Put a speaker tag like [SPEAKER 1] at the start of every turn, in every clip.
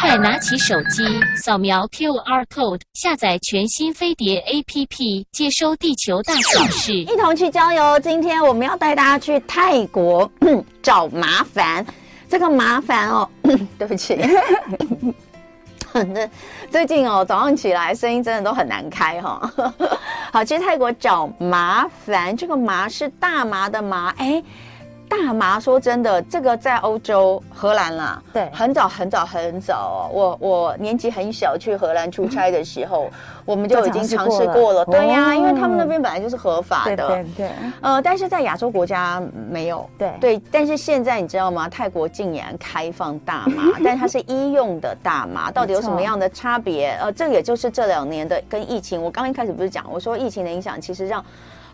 [SPEAKER 1] 快拿起手机，扫描 QR code，下载全新飞碟 APP，接收地球大小事。
[SPEAKER 2] 一同去郊游。今天我们要带大家去泰国 找麻烦，这个麻烦哦， 对不起。 这最近哦，早上起来声音真的都很难开哈、 好，去泰国找麻烦，这个麻是大麻的麻，哎。大麻，说真的，这个在欧洲荷兰啦，
[SPEAKER 3] 对
[SPEAKER 2] 很早很早很早、哦，我我年纪很小去荷兰出差的时
[SPEAKER 3] 嗯
[SPEAKER 2] 候，我们就已经尝试过了。
[SPEAKER 3] 就尝试过了
[SPEAKER 2] 对呀、
[SPEAKER 3] 哦
[SPEAKER 2] 因为他们那边本来就是合法
[SPEAKER 3] 对
[SPEAKER 2] 的。
[SPEAKER 3] 对对，
[SPEAKER 2] 呃，但是在亚洲国家没有。
[SPEAKER 3] 对
[SPEAKER 2] 对，但是现在你知道吗？泰国竟然开放大 麻，但它是医用的大麻，到底有什么样的差别？呃，这也就是这两年的跟疫情，我刚一开始不是讲，我说疫情的影响其实让。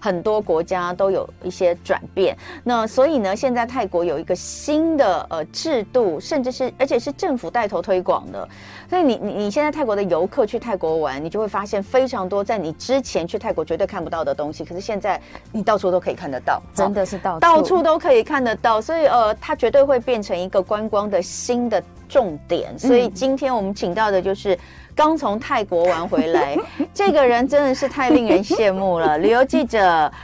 [SPEAKER 2] 很多国家都有一些转变，那所以呢，现在泰国有一个新的呃制度，甚至是而且是政府带头推广的，所以你你你现在泰国的游客去泰国玩，你就会发现非常多在你之前去泰国绝对看不到的东西，可是现在你到处都可以看得到，
[SPEAKER 3] 真
[SPEAKER 2] 哦
[SPEAKER 3] 的是到
[SPEAKER 2] 到处都可以看得到，所以呃，它绝对会变成一个观光的新的重点。所
[SPEAKER 3] 嗯
[SPEAKER 2] 以今天我们请到的就是刚从泰国玩回 来，这个人真的是太令人羡慕了。旅游记者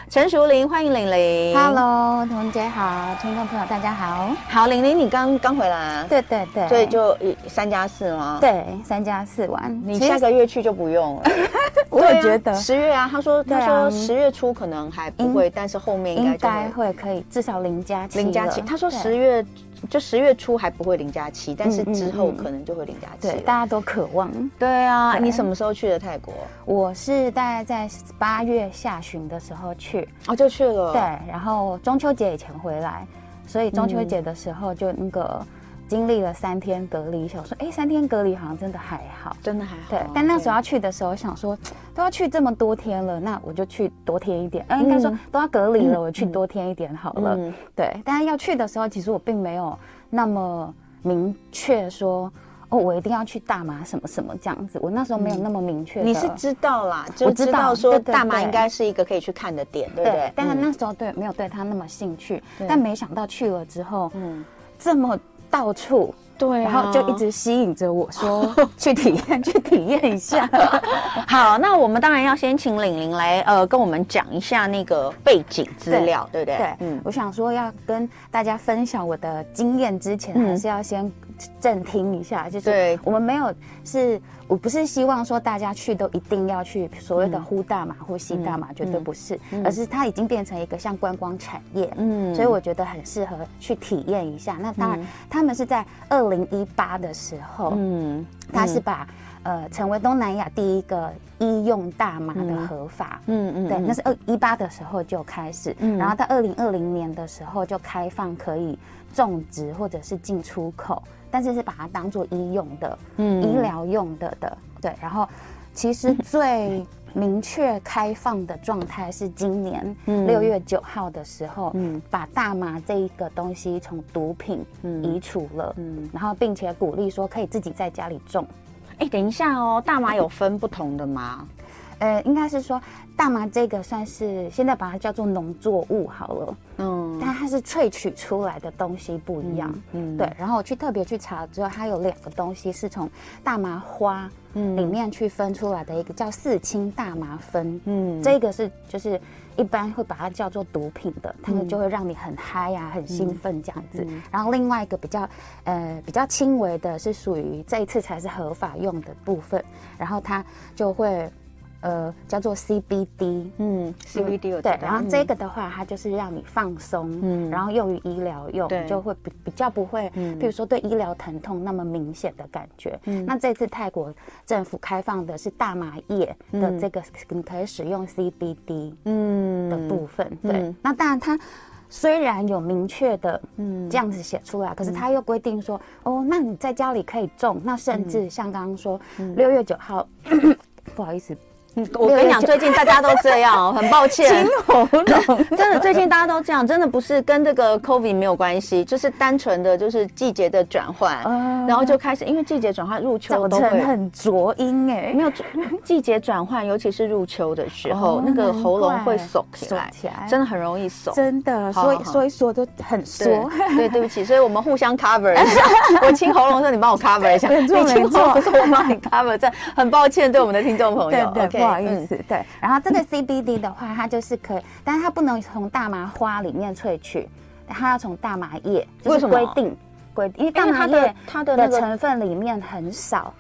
[SPEAKER 2] 陈淑玲，欢迎玲玲。
[SPEAKER 3] Hello，彤姐好，听众朋友大家好。
[SPEAKER 2] 好，玲玲，你刚刚回来啊，
[SPEAKER 3] 对对对，
[SPEAKER 2] 所以就一三加四吗？。
[SPEAKER 3] 对三加四玩。
[SPEAKER 2] 你
[SPEAKER 3] 其实
[SPEAKER 2] 下个月去就不用了，
[SPEAKER 3] 我
[SPEAKER 2] 对
[SPEAKER 3] 也
[SPEAKER 2] 啊
[SPEAKER 3] 觉得
[SPEAKER 2] 十月啊，他说
[SPEAKER 3] 对
[SPEAKER 2] 他
[SPEAKER 3] 啊
[SPEAKER 2] 说十月初可能还不会，但是后面应
[SPEAKER 3] 应
[SPEAKER 2] 该就
[SPEAKER 3] 该
[SPEAKER 2] 会
[SPEAKER 3] 会可以至少零加七了。
[SPEAKER 2] 零加七，他说
[SPEAKER 3] 对
[SPEAKER 2] 十月就十月初还不会零加七，但是
[SPEAKER 3] 嗯嗯
[SPEAKER 2] 之后
[SPEAKER 3] 嗯
[SPEAKER 2] 可能就会零加七
[SPEAKER 3] 对，
[SPEAKER 2] 了。
[SPEAKER 3] 大家都渴望。
[SPEAKER 2] 对啊，
[SPEAKER 3] 对
[SPEAKER 2] 你什么时候去的泰国？
[SPEAKER 3] 我是大概在八月下旬的时候去，
[SPEAKER 2] 哦，就去了。
[SPEAKER 3] 对，然后中秋节以前回来，所以中秋节的时候就那个经历了三天隔离，想说，哎，三天隔离好像真的还好。
[SPEAKER 2] 真的还好。
[SPEAKER 3] 对，但那时候要去的时候，想说都要去这么多天了，那我就去多天一点。嗯，应该说都要隔离了，我去多天一点好了。
[SPEAKER 2] 嗯
[SPEAKER 3] 对，但是要去的时候，其实我并没有那么明确说，哦，我一定要去大马什么什么这样子。我那时候没有那么明确
[SPEAKER 2] 对
[SPEAKER 3] 的。
[SPEAKER 2] 嗯你是知道啦，就
[SPEAKER 3] 我知
[SPEAKER 2] 知
[SPEAKER 3] 道
[SPEAKER 2] 道说
[SPEAKER 3] 对对对
[SPEAKER 2] 大麻应该是一个可以去看的点，对不对？
[SPEAKER 3] 但是
[SPEAKER 2] 嗯
[SPEAKER 3] 那时候对没有对他那么兴趣
[SPEAKER 2] 对，
[SPEAKER 3] 但没想到去了之后，
[SPEAKER 2] 嗯
[SPEAKER 3] 嗯，这么到处。
[SPEAKER 2] 对啊
[SPEAKER 3] 然后就一直吸引着 我说 去体验，去体验一下。
[SPEAKER 2] 好，那我们当然要先请玲玲来呃跟我们讲一下那个背景资料，对不对？
[SPEAKER 3] 对，
[SPEAKER 2] 嗯，
[SPEAKER 3] 我想说要跟大家分享我的经验之前，
[SPEAKER 2] 嗯
[SPEAKER 3] 还是要先正听一下，就是
[SPEAKER 2] 对
[SPEAKER 3] 我们没有是，我不是希望说大家去都一定要去所谓的
[SPEAKER 2] 嗯
[SPEAKER 3] 呼大麻或吸大麻，绝对不是，而是它已经变成一个像观光产业，
[SPEAKER 2] 嗯
[SPEAKER 3] 嗯，所以我觉得很适合去体验一下。那当然，他们是在二零一八的时候，
[SPEAKER 2] 嗯，
[SPEAKER 3] 他是把呃成为东南亚第一个医用大麻的合法，
[SPEAKER 2] 嗯嗯
[SPEAKER 3] 对，那是二一八的时候就开始，然后到二零二零年的时候就开放可以种植或者是进出口，但是是把它当做医用的、
[SPEAKER 2] 嗯
[SPEAKER 3] 医疗用的的，对。然后其实最明确开放的状态是今年
[SPEAKER 2] 嗯
[SPEAKER 3] 六月九号的时候，把大麻这一个东西从毒品
[SPEAKER 2] 嗯
[SPEAKER 3] 移除了，然后并且鼓励说可以自己在家里种。
[SPEAKER 2] 哎，等一下哦，大麻有分不同的 吗？
[SPEAKER 3] 呃，应该是说大麻这个算是现在把它叫做农作物好了，
[SPEAKER 2] 嗯
[SPEAKER 3] 但它是萃取出来的东西不一样。
[SPEAKER 2] 嗯
[SPEAKER 3] 对，然后我去特别去查了之后，它有两个东西是从大麻花
[SPEAKER 2] 嗯
[SPEAKER 3] 里面去分出来的，一个叫四氢大麻酚，
[SPEAKER 2] 嗯
[SPEAKER 3] 嗯，这个是就是一般会把它叫做毒品的，它们就会让你很嗨呀、很兴奋这样子。然后另外一个比较呃比较轻微的是属于这一次才是合法用的部分，然后它就会呃叫做 CBD，
[SPEAKER 2] 嗯，CBD 有
[SPEAKER 3] 对，然后这个的话，它就是让你放松，嗯，然后用于医疗用
[SPEAKER 2] 对，
[SPEAKER 3] 就会比比较不会，比如说对医疗疼痛那么明显的感觉。那这次泰国政府开放的是大麻叶的这个，你可以使用 CBD
[SPEAKER 2] 嗯
[SPEAKER 3] 的部分，对。那当然它。虽然有明确的，嗯，这样子写出来，可是它又规定说，哦，那嗯 你在家里可以种，那甚至像刚刚说，六月九号，不好意思，
[SPEAKER 2] 我跟你讲，最近大家都这样哦，很抱歉，
[SPEAKER 3] 喉咙
[SPEAKER 2] 真的，最近大家都这样，真的不是跟这个 COVID 没有关系，就是单纯的就是季节的转换，
[SPEAKER 3] 嗯
[SPEAKER 2] 然后就开始，因为季节转换入秋
[SPEAKER 3] 早
[SPEAKER 2] 都
[SPEAKER 3] 晨
[SPEAKER 2] 会。
[SPEAKER 3] 很浊音哎，
[SPEAKER 2] 没有季节转换，尤其是入秋的时候，
[SPEAKER 3] 哦
[SPEAKER 2] 那个
[SPEAKER 3] 难
[SPEAKER 2] 喉咙
[SPEAKER 3] 怪
[SPEAKER 2] 会耸起
[SPEAKER 3] 耸
[SPEAKER 2] 来，
[SPEAKER 3] 起来
[SPEAKER 2] 真的很容易耸。
[SPEAKER 3] 真的，
[SPEAKER 2] 好
[SPEAKER 3] 所以
[SPEAKER 2] 好好
[SPEAKER 3] 所以说都很
[SPEAKER 2] 对
[SPEAKER 3] 缩。
[SPEAKER 2] 对，对不起，所以我们互相 cover 一 下。我清喉咙的时候，你帮我 cover 一下；
[SPEAKER 3] 没错
[SPEAKER 2] 你清
[SPEAKER 3] 没
[SPEAKER 2] 喉
[SPEAKER 3] 错
[SPEAKER 2] 咙不是我帮你 cover，这很抱歉，对我们的听众朋
[SPEAKER 3] 对
[SPEAKER 2] 友。
[SPEAKER 3] 对
[SPEAKER 2] OK，
[SPEAKER 3] 不好
[SPEAKER 2] 嗯
[SPEAKER 3] 意思，对。然后这个 CBD 的话，它就是可以，但是它不能从大麻花里面萃取，它要从大麻叶，就
[SPEAKER 2] 为
[SPEAKER 3] 是
[SPEAKER 2] 什么
[SPEAKER 3] 规定规定，因为大
[SPEAKER 2] 因为它
[SPEAKER 3] 麻
[SPEAKER 2] 的
[SPEAKER 3] 叶
[SPEAKER 2] 它的那个
[SPEAKER 3] 成分里面很少。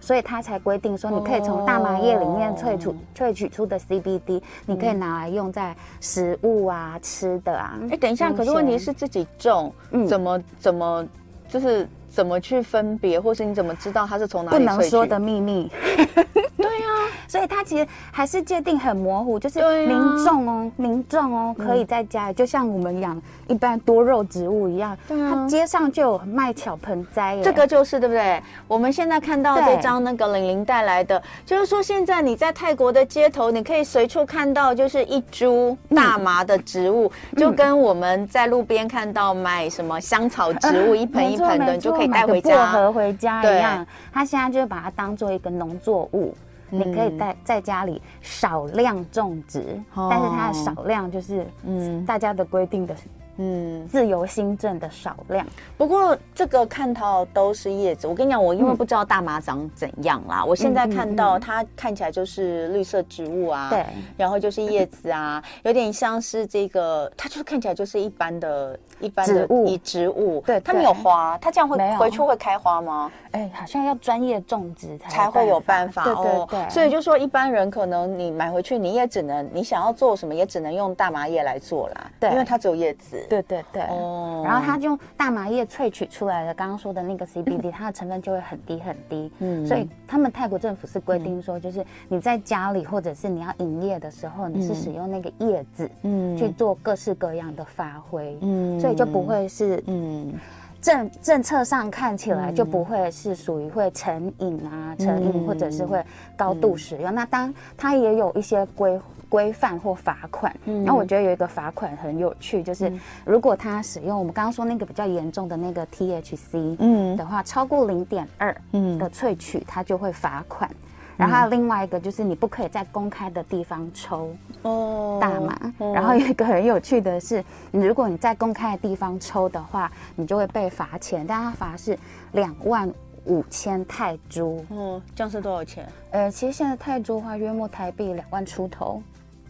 [SPEAKER 3] 所以它才规定说，你可以从大麻叶里面萃取
[SPEAKER 2] 哦嗯
[SPEAKER 3] 萃取出的 CBD，你可以拿来用在食物啊、吃的啊。
[SPEAKER 2] 哎，等一下，
[SPEAKER 3] 那
[SPEAKER 2] 可是问题
[SPEAKER 3] 些
[SPEAKER 2] 是自己种，
[SPEAKER 3] 嗯
[SPEAKER 2] 怎么怎么就是怎么去分别，或是你怎么知道它是从哪里
[SPEAKER 3] 不能
[SPEAKER 2] 萃取
[SPEAKER 3] 说的 秘密。对啊，所以它其实还是界定很模糊，就是
[SPEAKER 2] 对啊嗯
[SPEAKER 3] 民众哦，民众哦，可以在家里，就像我们养一般多肉植物一样，
[SPEAKER 2] 对啊
[SPEAKER 3] 它街上就有卖小盆栽耶。
[SPEAKER 2] 这个就是对不对？我们现在看到
[SPEAKER 3] 对
[SPEAKER 2] 这张那个玲玲带来的，就是说现在你在泰国的街头，你可以随处看到就是一株大麻的植物，就跟我们在路边看到买什么香草植物、
[SPEAKER 3] 啊
[SPEAKER 2] 一盆一盆的，
[SPEAKER 3] 没错
[SPEAKER 2] 你就可
[SPEAKER 3] 没
[SPEAKER 2] 以
[SPEAKER 3] 错
[SPEAKER 2] 带回
[SPEAKER 3] 买个薄
[SPEAKER 2] 家。
[SPEAKER 3] 荷回家
[SPEAKER 2] 对嗯
[SPEAKER 3] 一样，它现在就把它当做一个农作物。你可以在在家里少量种植，
[SPEAKER 2] 哦
[SPEAKER 3] 但是它的少量就是
[SPEAKER 2] 嗯
[SPEAKER 3] 嗯大家的规定的
[SPEAKER 2] 嗯，
[SPEAKER 3] 自由新政的少量，
[SPEAKER 2] 不过这个看到都是叶子，我跟你讲，我因为不知道大麻长怎样啦，我现在看到它看起来就是绿色植物啊，
[SPEAKER 3] 对，
[SPEAKER 2] 然后就是叶子 啊，有点像是这个，它就是看起来就是一般的、一般的
[SPEAKER 3] 植物
[SPEAKER 2] 以植物，
[SPEAKER 3] 对
[SPEAKER 2] 它没
[SPEAKER 3] 对
[SPEAKER 2] 有花，它这样会
[SPEAKER 3] 没有
[SPEAKER 2] 回去会开花吗？
[SPEAKER 3] 哎，好像要专业种植才
[SPEAKER 2] 才会有办法
[SPEAKER 3] 哎对对
[SPEAKER 2] 哦
[SPEAKER 3] 对，
[SPEAKER 2] 所以就说一般人可能你买回去，你也只能你想要做什么，也只能用大麻叶来做啦，
[SPEAKER 3] 对
[SPEAKER 2] 因为它只有叶子，
[SPEAKER 3] 对对对。
[SPEAKER 2] 哦
[SPEAKER 3] 然后它用大麻叶萃取出来的，刚刚说的那个 CBD，它的成分就会很低很低。
[SPEAKER 2] 嗯
[SPEAKER 3] 嗯，所以他们泰国政府是规定说，就是你在家里或者是你要营业的时候，你是使用那个叶子，
[SPEAKER 2] 嗯
[SPEAKER 3] 嗯，去做各式各样的发挥，
[SPEAKER 2] 嗯
[SPEAKER 3] 嗯，所以就不会是
[SPEAKER 2] 嗯。
[SPEAKER 3] 政政策上看起来就不会是属于会成瘾啊、成瘾或者是会高度使用。那当它也有一些规规范或罚款，然后我觉得有一个罚款很有趣，就是如果它使用我们刚刚说那个比较严重的那个 THC，
[SPEAKER 2] 嗯
[SPEAKER 3] 嗯，的话超过零点二，
[SPEAKER 2] 嗯
[SPEAKER 3] 嗯的萃取，它就会罚款。然后还有另外一个就是你不可以在公开的地方抽，
[SPEAKER 2] 哦
[SPEAKER 3] 大麻。然后有一个很有趣的是，你如果你在公开的地方抽的话，你就会被罚钱，但它罚是两万五千泰铢。
[SPEAKER 2] 哦，这样是多少钱？
[SPEAKER 3] 呃，其实现在泰铢的啊话，约莫台币两万出头。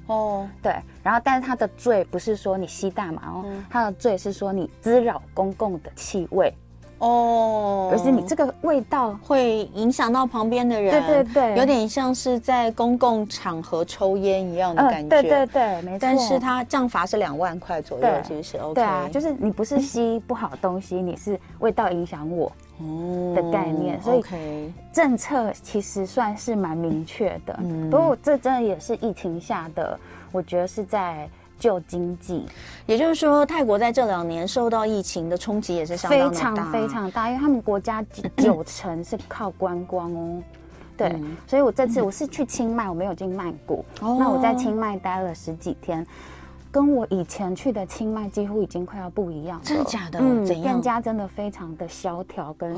[SPEAKER 2] 哦，
[SPEAKER 3] 对，然后但是它的罪不是说你吸大麻哦，它的罪是说你滋扰公共的气味，
[SPEAKER 2] 哦，
[SPEAKER 3] 而是你这个味道。
[SPEAKER 2] 会影响到旁边的人，
[SPEAKER 3] 对对对
[SPEAKER 2] 有点像是在公共场合抽烟一样的
[SPEAKER 3] 嗯
[SPEAKER 2] 感觉。
[SPEAKER 3] 对对对，没错。
[SPEAKER 2] 但是它这样罚是两万块左右
[SPEAKER 3] 对，
[SPEAKER 2] 是不是？OK，
[SPEAKER 3] 对啊，就是你不是吸不好东西，你是味道影响我。
[SPEAKER 2] 是
[SPEAKER 3] 的概念所
[SPEAKER 2] 嗯
[SPEAKER 3] 以
[SPEAKER 2] OK，
[SPEAKER 3] 政策其实算是蛮明确的，
[SPEAKER 2] 嗯
[SPEAKER 3] 不过这真的也是疫情下的，我觉得是在救经济，
[SPEAKER 2] 也就是说，泰国在这两年受到疫情的冲击也是相当
[SPEAKER 3] 非
[SPEAKER 2] 的大，
[SPEAKER 3] 常非常大，因为他们国家九九成是靠观光哦。对，所以我这次我是去清迈，我没有进曼谷。
[SPEAKER 2] 嗯哦
[SPEAKER 3] 那我在清迈待了十几天，跟我以前去的清迈几乎已经快要不一样了。
[SPEAKER 2] 真的假的？
[SPEAKER 3] 嗯，
[SPEAKER 2] 怎样
[SPEAKER 3] 店？家真的非常的萧条，跟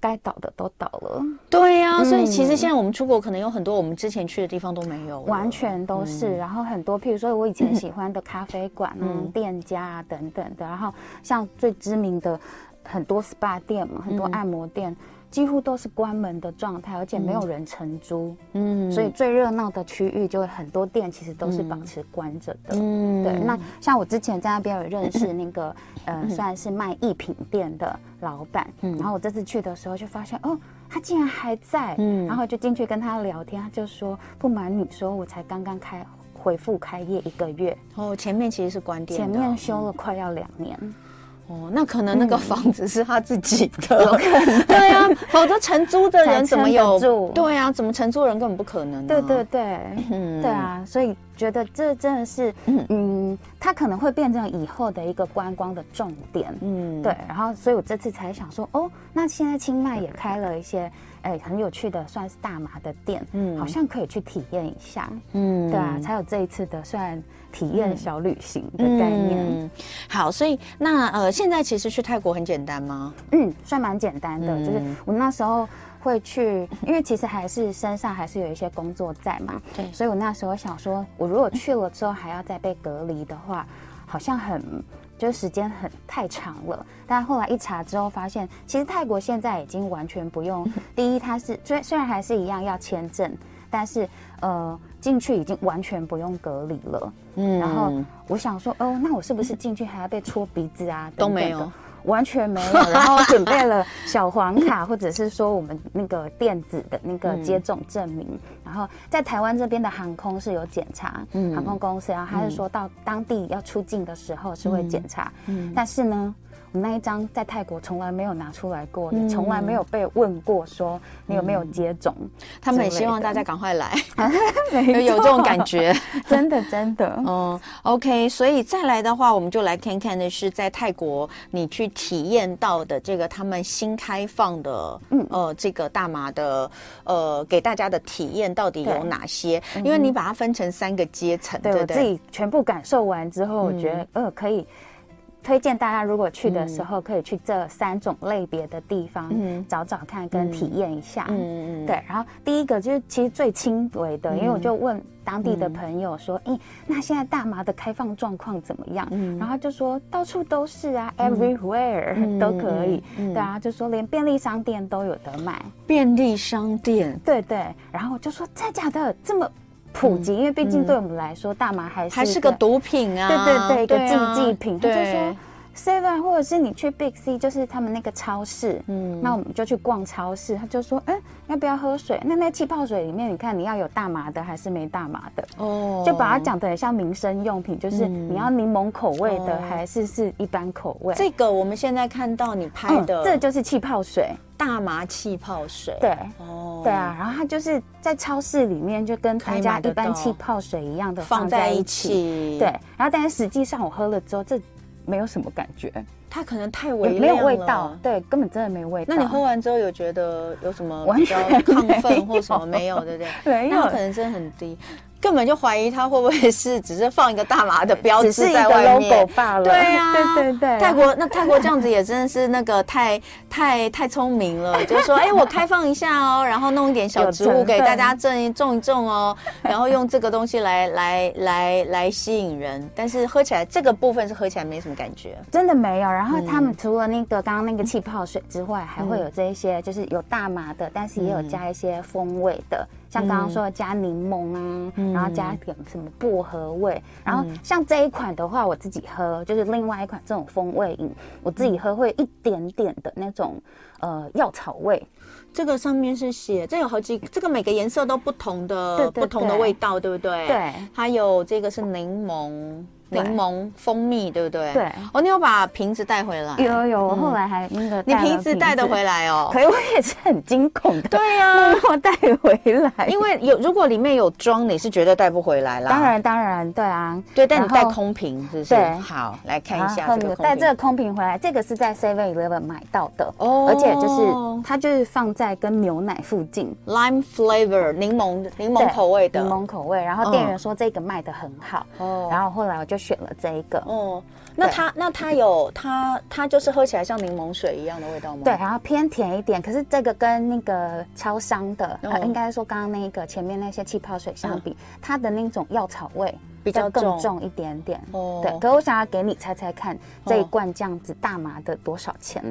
[SPEAKER 3] 该倒的都倒了。
[SPEAKER 2] 对呀、
[SPEAKER 3] 嗯
[SPEAKER 2] 所以其实现在我们出国可能有很多我们之前去的地方都没有了，嗯
[SPEAKER 3] 完全都是。然后很多，譬如说我以前 喜欢的咖啡馆啊、店家啊等等的，然后像最知名的很多 SPA 店嘛，很多
[SPEAKER 2] 嗯
[SPEAKER 3] 按摩店。几乎都是关门的状态，而且没有人承租，
[SPEAKER 2] 嗯
[SPEAKER 3] 嗯，所以最热闹的区域就会很多店其实都是保持关着的，
[SPEAKER 2] 嗯
[SPEAKER 3] 对，那像我之前在那边有认识那个，呃，算是卖艺品店的老板，
[SPEAKER 2] 嗯
[SPEAKER 3] 然后我这次去的时候就发现，哦，他竟然还在，
[SPEAKER 2] 嗯
[SPEAKER 3] 然后就进去跟他聊天，他就说，不瞒你说，我才刚刚开回复开业一个月，
[SPEAKER 2] 哦，前面其实是关店的，
[SPEAKER 3] 前面修了快要两年，
[SPEAKER 2] 哦，那可能那
[SPEAKER 3] 嗯
[SPEAKER 2] 个房子是他自己的， 对啊，否则承租的人怎么
[SPEAKER 3] 才撑得
[SPEAKER 2] 有？
[SPEAKER 3] 住
[SPEAKER 2] 对啊，怎么承租人根本不可能、
[SPEAKER 3] 对对，对，对啊，所以觉得这真的是，
[SPEAKER 2] 嗯
[SPEAKER 3] 嗯它可能会变成以后的一个观光的重点。
[SPEAKER 2] 嗯，
[SPEAKER 3] 对，然后所以我这次才想说，哦，那现在清迈也开了一些，哎，很有趣的，算是大麻的店，
[SPEAKER 2] 嗯
[SPEAKER 3] 好像可以去体验一下，
[SPEAKER 2] 嗯
[SPEAKER 3] 对啊，才有这一次的算体验小旅行的概念，嗯
[SPEAKER 2] 嗯好，所以那呃，现在其实去泰国很简单吗？
[SPEAKER 3] 嗯算蛮简单的，
[SPEAKER 2] 嗯
[SPEAKER 3] 就是我那时候会去，因为其实还是身上还是有一些工作在嘛，
[SPEAKER 2] 对
[SPEAKER 3] 所以我那时候想说，我如果去了之后还要再被隔离的话，好像很。就是时间很太长了，但后来一查之后发现，其实泰国现在已经完全 不用。第一，它是虽虽然还是一样要签证，但是呃进去已经完全不用隔离了。
[SPEAKER 2] 嗯
[SPEAKER 3] 然后我想说，哦，那我是不是进去还要被戳鼻子啊？
[SPEAKER 2] 都
[SPEAKER 3] 等等
[SPEAKER 2] 没
[SPEAKER 3] 的
[SPEAKER 2] 有，
[SPEAKER 3] 完全没 有。然后准备了小黄卡，或者是说我们那个电子的那个接种证明。
[SPEAKER 2] 嗯
[SPEAKER 3] 然后在台湾这边的航空是有检查，
[SPEAKER 2] 嗯
[SPEAKER 3] 航空公司，然后他是说到当地要出境的时候是会检查，
[SPEAKER 2] 嗯
[SPEAKER 3] 但是呢。我那一张在泰国从来没有拿出来过，
[SPEAKER 2] 嗯
[SPEAKER 3] 也从来没有被问过说你有没有接种，
[SPEAKER 2] 他们也
[SPEAKER 3] 之类
[SPEAKER 2] 希望
[SPEAKER 3] 的
[SPEAKER 2] 大家赶快 来，有嗯
[SPEAKER 3] 没
[SPEAKER 2] 有这种感
[SPEAKER 3] 错，
[SPEAKER 2] 觉。
[SPEAKER 3] 真的真的。
[SPEAKER 2] 嗯，OK，所以再来的话，我们就来看看的是在泰国你去体验到的这个他们新开放的，嗯呃，这个大麻的呃给大家的体验到底有
[SPEAKER 3] 对
[SPEAKER 2] 哪些？因为你把它分成三个阶层，对
[SPEAKER 3] 嗯对
[SPEAKER 2] 不
[SPEAKER 3] 我
[SPEAKER 2] 对？嗯
[SPEAKER 3] 自己全部感受完之后，我觉得呃可以推荐大家，如果去的时候可以去这三种类别的地方找找看，跟体验一下。
[SPEAKER 2] 嗯嗯嗯嗯
[SPEAKER 3] 嗯
[SPEAKER 2] 嗯
[SPEAKER 3] 对，然后第一个就是其实最轻微的，因为我就问当地的朋友说，诶，那现在大麻的开放状况怎么样？
[SPEAKER 2] 嗯
[SPEAKER 3] 然后他就说到处都是啊，everywhere 都可以。
[SPEAKER 2] 嗯
[SPEAKER 3] 对啊，就说连便利商店都有得卖。
[SPEAKER 2] 便利商店
[SPEAKER 3] 对对，然后我就说真的假的这么普及，因为毕竟对我们来说，大麻还
[SPEAKER 2] 嗯
[SPEAKER 3] 是
[SPEAKER 2] 还是
[SPEAKER 3] 一
[SPEAKER 2] 个毒品啊，
[SPEAKER 3] 对对对，一个
[SPEAKER 2] 啊
[SPEAKER 3] 禁忌品。他就
[SPEAKER 2] 对
[SPEAKER 3] 说 Seven，或者是你去 Big C，就是他们那个超市，
[SPEAKER 2] 嗯
[SPEAKER 3] 嗯，那我们就去逛超市。他就说，嗯，要不要喝水？那那气泡水里面，你看你要有大麻的还是没大麻的？
[SPEAKER 2] 哦嗯
[SPEAKER 3] 就把它讲的很像民生用品，就是你要柠檬口味的
[SPEAKER 2] 哦
[SPEAKER 3] 还是是一般口味。
[SPEAKER 2] 这个，我们现在看到你拍
[SPEAKER 3] 嗯
[SPEAKER 2] 的
[SPEAKER 3] 这就是气泡水，
[SPEAKER 2] 大麻气泡水，
[SPEAKER 3] 对。
[SPEAKER 2] 哦
[SPEAKER 3] 对啊，然后它就是在超市里面就跟
[SPEAKER 2] 可
[SPEAKER 3] 大
[SPEAKER 2] 以
[SPEAKER 3] 家
[SPEAKER 2] 买得
[SPEAKER 3] 一般
[SPEAKER 2] 到
[SPEAKER 3] 气泡水一样的
[SPEAKER 2] 放
[SPEAKER 3] 放
[SPEAKER 2] 在
[SPEAKER 3] 在
[SPEAKER 2] 一
[SPEAKER 3] 一起，
[SPEAKER 2] 起，
[SPEAKER 3] 对，，然后但是实际上我喝了之后，这没有什么感觉，
[SPEAKER 2] 它可能太
[SPEAKER 3] 也
[SPEAKER 2] 微
[SPEAKER 3] 没有
[SPEAKER 2] 量
[SPEAKER 3] 味
[SPEAKER 2] 了
[SPEAKER 3] 道，对，根本真的没味道。
[SPEAKER 2] 那你喝完之后有觉得有什么
[SPEAKER 3] 完
[SPEAKER 2] 比较
[SPEAKER 3] 全
[SPEAKER 2] 亢
[SPEAKER 3] 没
[SPEAKER 2] 奋或什么
[SPEAKER 3] 有
[SPEAKER 2] 没有，对不对？
[SPEAKER 3] 没
[SPEAKER 2] 那它
[SPEAKER 3] 有
[SPEAKER 2] 可能真的很低，根本就怀疑它会不会是只是放一个大麻的标志
[SPEAKER 3] 只是一
[SPEAKER 2] 在
[SPEAKER 3] 个
[SPEAKER 2] 外
[SPEAKER 3] logo
[SPEAKER 2] 面。
[SPEAKER 3] 罢了。
[SPEAKER 2] 对啊，
[SPEAKER 3] 对对对，
[SPEAKER 2] 泰国那泰国这样子也真的是那个太 太太聪明了，就是说，哎、我开放一下哦， 然后弄一点小植物给大家种一种一种 哦，然后用这个东西来来来来吸引人，但是喝起来这个部分是喝起来没什么感觉，
[SPEAKER 3] 真的没有。然后他
[SPEAKER 2] 嗯
[SPEAKER 3] 们除了那个刚刚那个气泡水之外，还会有这一些，就是有大麻的，但是也有加
[SPEAKER 2] 嗯
[SPEAKER 3] 一些风味的，像刚刚说的加柠檬
[SPEAKER 2] 嗯
[SPEAKER 3] 啊，然后加点什么薄荷味。然后像这一款的话，我自己喝，就是另外一款这种风味饮，我自己喝会一点点的那种呃药草味。
[SPEAKER 2] 这个上面是写，这有好几，这个每个颜色都不同的，
[SPEAKER 3] 对对
[SPEAKER 2] 不同的
[SPEAKER 3] 对
[SPEAKER 2] 味道，对不对？
[SPEAKER 3] 对
[SPEAKER 2] 还有这个是柠檬，
[SPEAKER 3] 对
[SPEAKER 2] 柠檬蜂蜜，对不对？
[SPEAKER 3] 对
[SPEAKER 2] 哦，你有把瓶子带回来？
[SPEAKER 3] 有有，我后来还那个
[SPEAKER 2] 嗯你
[SPEAKER 3] 带了
[SPEAKER 2] 瓶子带得回来哦？
[SPEAKER 3] 可是我也是很惊恐的，
[SPEAKER 2] 对呀、
[SPEAKER 3] 我带回来。
[SPEAKER 2] 因为有如果里面有装，你是绝对带不回来啦。
[SPEAKER 3] 当，然当然，对啊，
[SPEAKER 2] 对，但你带
[SPEAKER 3] 然后
[SPEAKER 2] 空瓶是不是？
[SPEAKER 3] 对
[SPEAKER 2] 好，来看一
[SPEAKER 3] 然
[SPEAKER 2] 下
[SPEAKER 3] 后
[SPEAKER 2] 这个
[SPEAKER 3] 你
[SPEAKER 2] 空
[SPEAKER 3] 带这
[SPEAKER 2] 瓶
[SPEAKER 3] 个。空瓶回来，这个是在 Seven Eleven 买到的，
[SPEAKER 2] 哦
[SPEAKER 3] 而且就是它就是放在跟牛奶附近，
[SPEAKER 2] lime flavor 柠檬柠檬
[SPEAKER 3] 对
[SPEAKER 2] 口味的，嗯
[SPEAKER 3] 柠檬口味。然后店员说这个卖的很好，
[SPEAKER 2] 哦
[SPEAKER 3] 然后后来我就选了这一个，
[SPEAKER 2] 哦，那
[SPEAKER 3] 对
[SPEAKER 2] 它那它有它它就是喝起来像柠檬水一样的味道吗？
[SPEAKER 3] 对，，然后偏甜一点。可是这个跟那个超商的，呃
[SPEAKER 2] 嗯
[SPEAKER 3] 应该说刚刚那个前面那些气泡水相比，它的那种药草味
[SPEAKER 2] 比较
[SPEAKER 3] 再更
[SPEAKER 2] 重
[SPEAKER 3] 重一点点。
[SPEAKER 2] 哦
[SPEAKER 3] 对，可我想要给你猜猜看，这一
[SPEAKER 2] 哦
[SPEAKER 3] 罐这样子大麻的多少钱？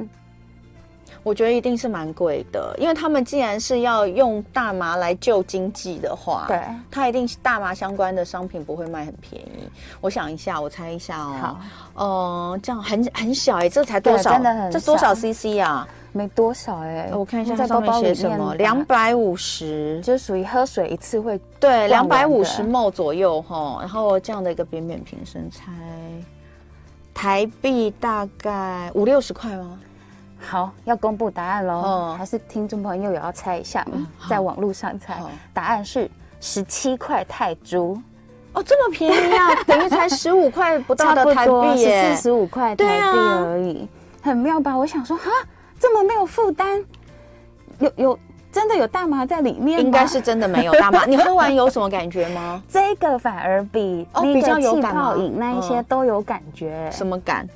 [SPEAKER 2] 我觉得一定是蛮贵的，因为他们既然是要用大麻来救经济的话，
[SPEAKER 3] 对
[SPEAKER 2] 它一定是大麻相关的商品不会卖很便宜。我想一下，我猜一下哦，嗯、这样很很小哎、这才多少？
[SPEAKER 3] 对真的很
[SPEAKER 2] 这多少
[SPEAKER 3] 小
[SPEAKER 2] CC 啊？
[SPEAKER 3] 没多少哎、
[SPEAKER 2] 哦我看一下
[SPEAKER 3] 在
[SPEAKER 2] 它
[SPEAKER 3] 包
[SPEAKER 2] 上面
[SPEAKER 3] 包里
[SPEAKER 2] 写
[SPEAKER 3] 面
[SPEAKER 2] 什么，
[SPEAKER 3] 吧
[SPEAKER 2] 两百五十，
[SPEAKER 3] 就是属于喝水一次会
[SPEAKER 2] 对，两
[SPEAKER 3] 灌
[SPEAKER 2] 百
[SPEAKER 3] 完
[SPEAKER 2] 五
[SPEAKER 3] 的
[SPEAKER 2] 十毛左右哈。然后这样的一个扁扁瓶身材，台币大概五六十块吗？
[SPEAKER 3] 好，要公布答案喽、
[SPEAKER 2] 哦
[SPEAKER 3] 还是听众朋友也要
[SPEAKER 2] 哦
[SPEAKER 3] 猜一下吗？在网络上猜
[SPEAKER 2] 好，
[SPEAKER 3] 答案是十七块泰铢，
[SPEAKER 2] 哦，这么便宜啊， 等于才十五块不到的
[SPEAKER 3] 哦
[SPEAKER 2] 台币耶
[SPEAKER 3] 十四，十五块台
[SPEAKER 2] 对
[SPEAKER 3] 币
[SPEAKER 2] 啊
[SPEAKER 3] 而已，很妙吧？我想说，哈，这么没有负担，有有真的有大麻在里面吗？
[SPEAKER 2] 应该是真的没有大麻。你喝完有什么感觉吗？
[SPEAKER 3] 这个反而比
[SPEAKER 2] 哦
[SPEAKER 3] 那
[SPEAKER 2] 比较
[SPEAKER 3] 个
[SPEAKER 2] 有
[SPEAKER 3] 气
[SPEAKER 2] 感吗
[SPEAKER 3] 泡饮那一些
[SPEAKER 2] 嗯
[SPEAKER 3] 都有感觉。
[SPEAKER 2] 什么感？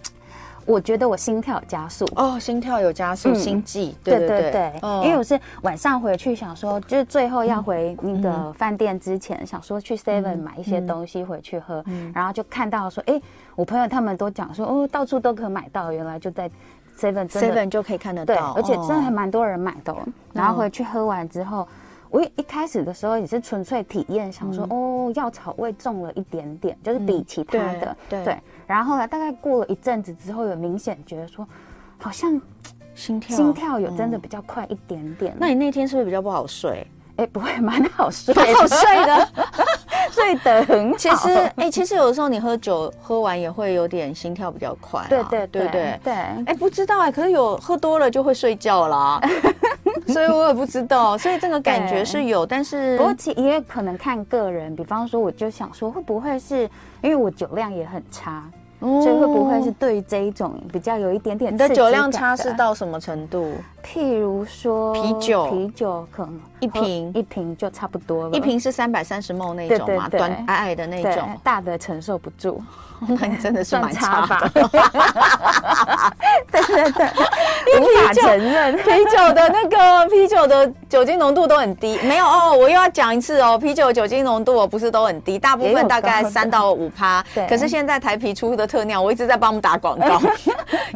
[SPEAKER 3] 我觉得我心跳加速。
[SPEAKER 2] 哦，心跳有加速，
[SPEAKER 3] 嗯
[SPEAKER 2] 心悸，
[SPEAKER 3] 对
[SPEAKER 2] 对
[SPEAKER 3] 对
[SPEAKER 2] 对
[SPEAKER 3] 对
[SPEAKER 2] 对，
[SPEAKER 3] 因为
[SPEAKER 2] 嗯
[SPEAKER 3] 我是晚上回去想说，就是最后要回那个饭店之前，想说
[SPEAKER 2] 嗯
[SPEAKER 3] 去 Seven 买一些东西回去喝，然后就看到说，哎，我朋友他们都讲说，哦，到处都可买到，原来就在 Seven 真的
[SPEAKER 2] Seven 就可以看得
[SPEAKER 3] 对，
[SPEAKER 2] 到，
[SPEAKER 3] 而且真的还
[SPEAKER 2] 哦
[SPEAKER 3] 蛮多人买的、哦。然后回去喝完之后，我一一开始的时候也是纯粹体验，想说、哦，药草味重了一点点，就是比其他的、
[SPEAKER 2] 对对
[SPEAKER 3] 然后后来大概过了一阵子之后，有明显觉得说，好像
[SPEAKER 2] 心跳嗯
[SPEAKER 3] 心跳有真的比较快一点点。
[SPEAKER 2] 那你那天是不是比较不好睡？
[SPEAKER 3] 哎， 不会蛮好睡， 好睡的，睡得很 好。
[SPEAKER 2] 其实，哎、其实有时候你喝酒喝完也会有点心跳比较快啊、
[SPEAKER 3] 对
[SPEAKER 2] 对
[SPEAKER 3] 对对
[SPEAKER 2] 不对。
[SPEAKER 3] 对，
[SPEAKER 2] 哎、不知道哎、可是有喝多了就会睡觉啦， 所以我也不知道，所以这个感觉是有，但是
[SPEAKER 3] 不过其也可能看个人，比方说，我就想说，会不会是因为我酒量也很差，
[SPEAKER 2] 哦
[SPEAKER 3] 所以会不会是对于这一种比较有一点点
[SPEAKER 2] 你的
[SPEAKER 3] 刺激
[SPEAKER 2] 酒量
[SPEAKER 3] 感
[SPEAKER 2] 差
[SPEAKER 3] 的
[SPEAKER 2] 是，到什么程度？
[SPEAKER 3] 譬如说
[SPEAKER 2] 啤酒
[SPEAKER 3] 啤酒可能
[SPEAKER 2] 一
[SPEAKER 3] 喝
[SPEAKER 2] 瓶
[SPEAKER 3] 一瓶就差不多了，
[SPEAKER 2] 一瓶是三百三十 ml 那
[SPEAKER 3] 对
[SPEAKER 2] 种嘛，
[SPEAKER 3] 对对
[SPEAKER 2] 短矮矮的那
[SPEAKER 3] 对
[SPEAKER 2] 种，
[SPEAKER 3] 大的承受不住，
[SPEAKER 2] 那你真的是
[SPEAKER 3] 算
[SPEAKER 2] 蛮差
[SPEAKER 3] 吧
[SPEAKER 2] 的。？
[SPEAKER 3] 对对对，无法承认。
[SPEAKER 2] 啤酒的那个啤酒的酒精浓度都很低，没有哦，我又要讲一次哦，啤酒酒精浓度哦不是都很低，大部
[SPEAKER 3] 也有
[SPEAKER 2] 分大概
[SPEAKER 3] 高的
[SPEAKER 2] 三到五趴
[SPEAKER 3] 对，
[SPEAKER 2] 可是现在台啤出的特酿，我一直在帮我们打广 告，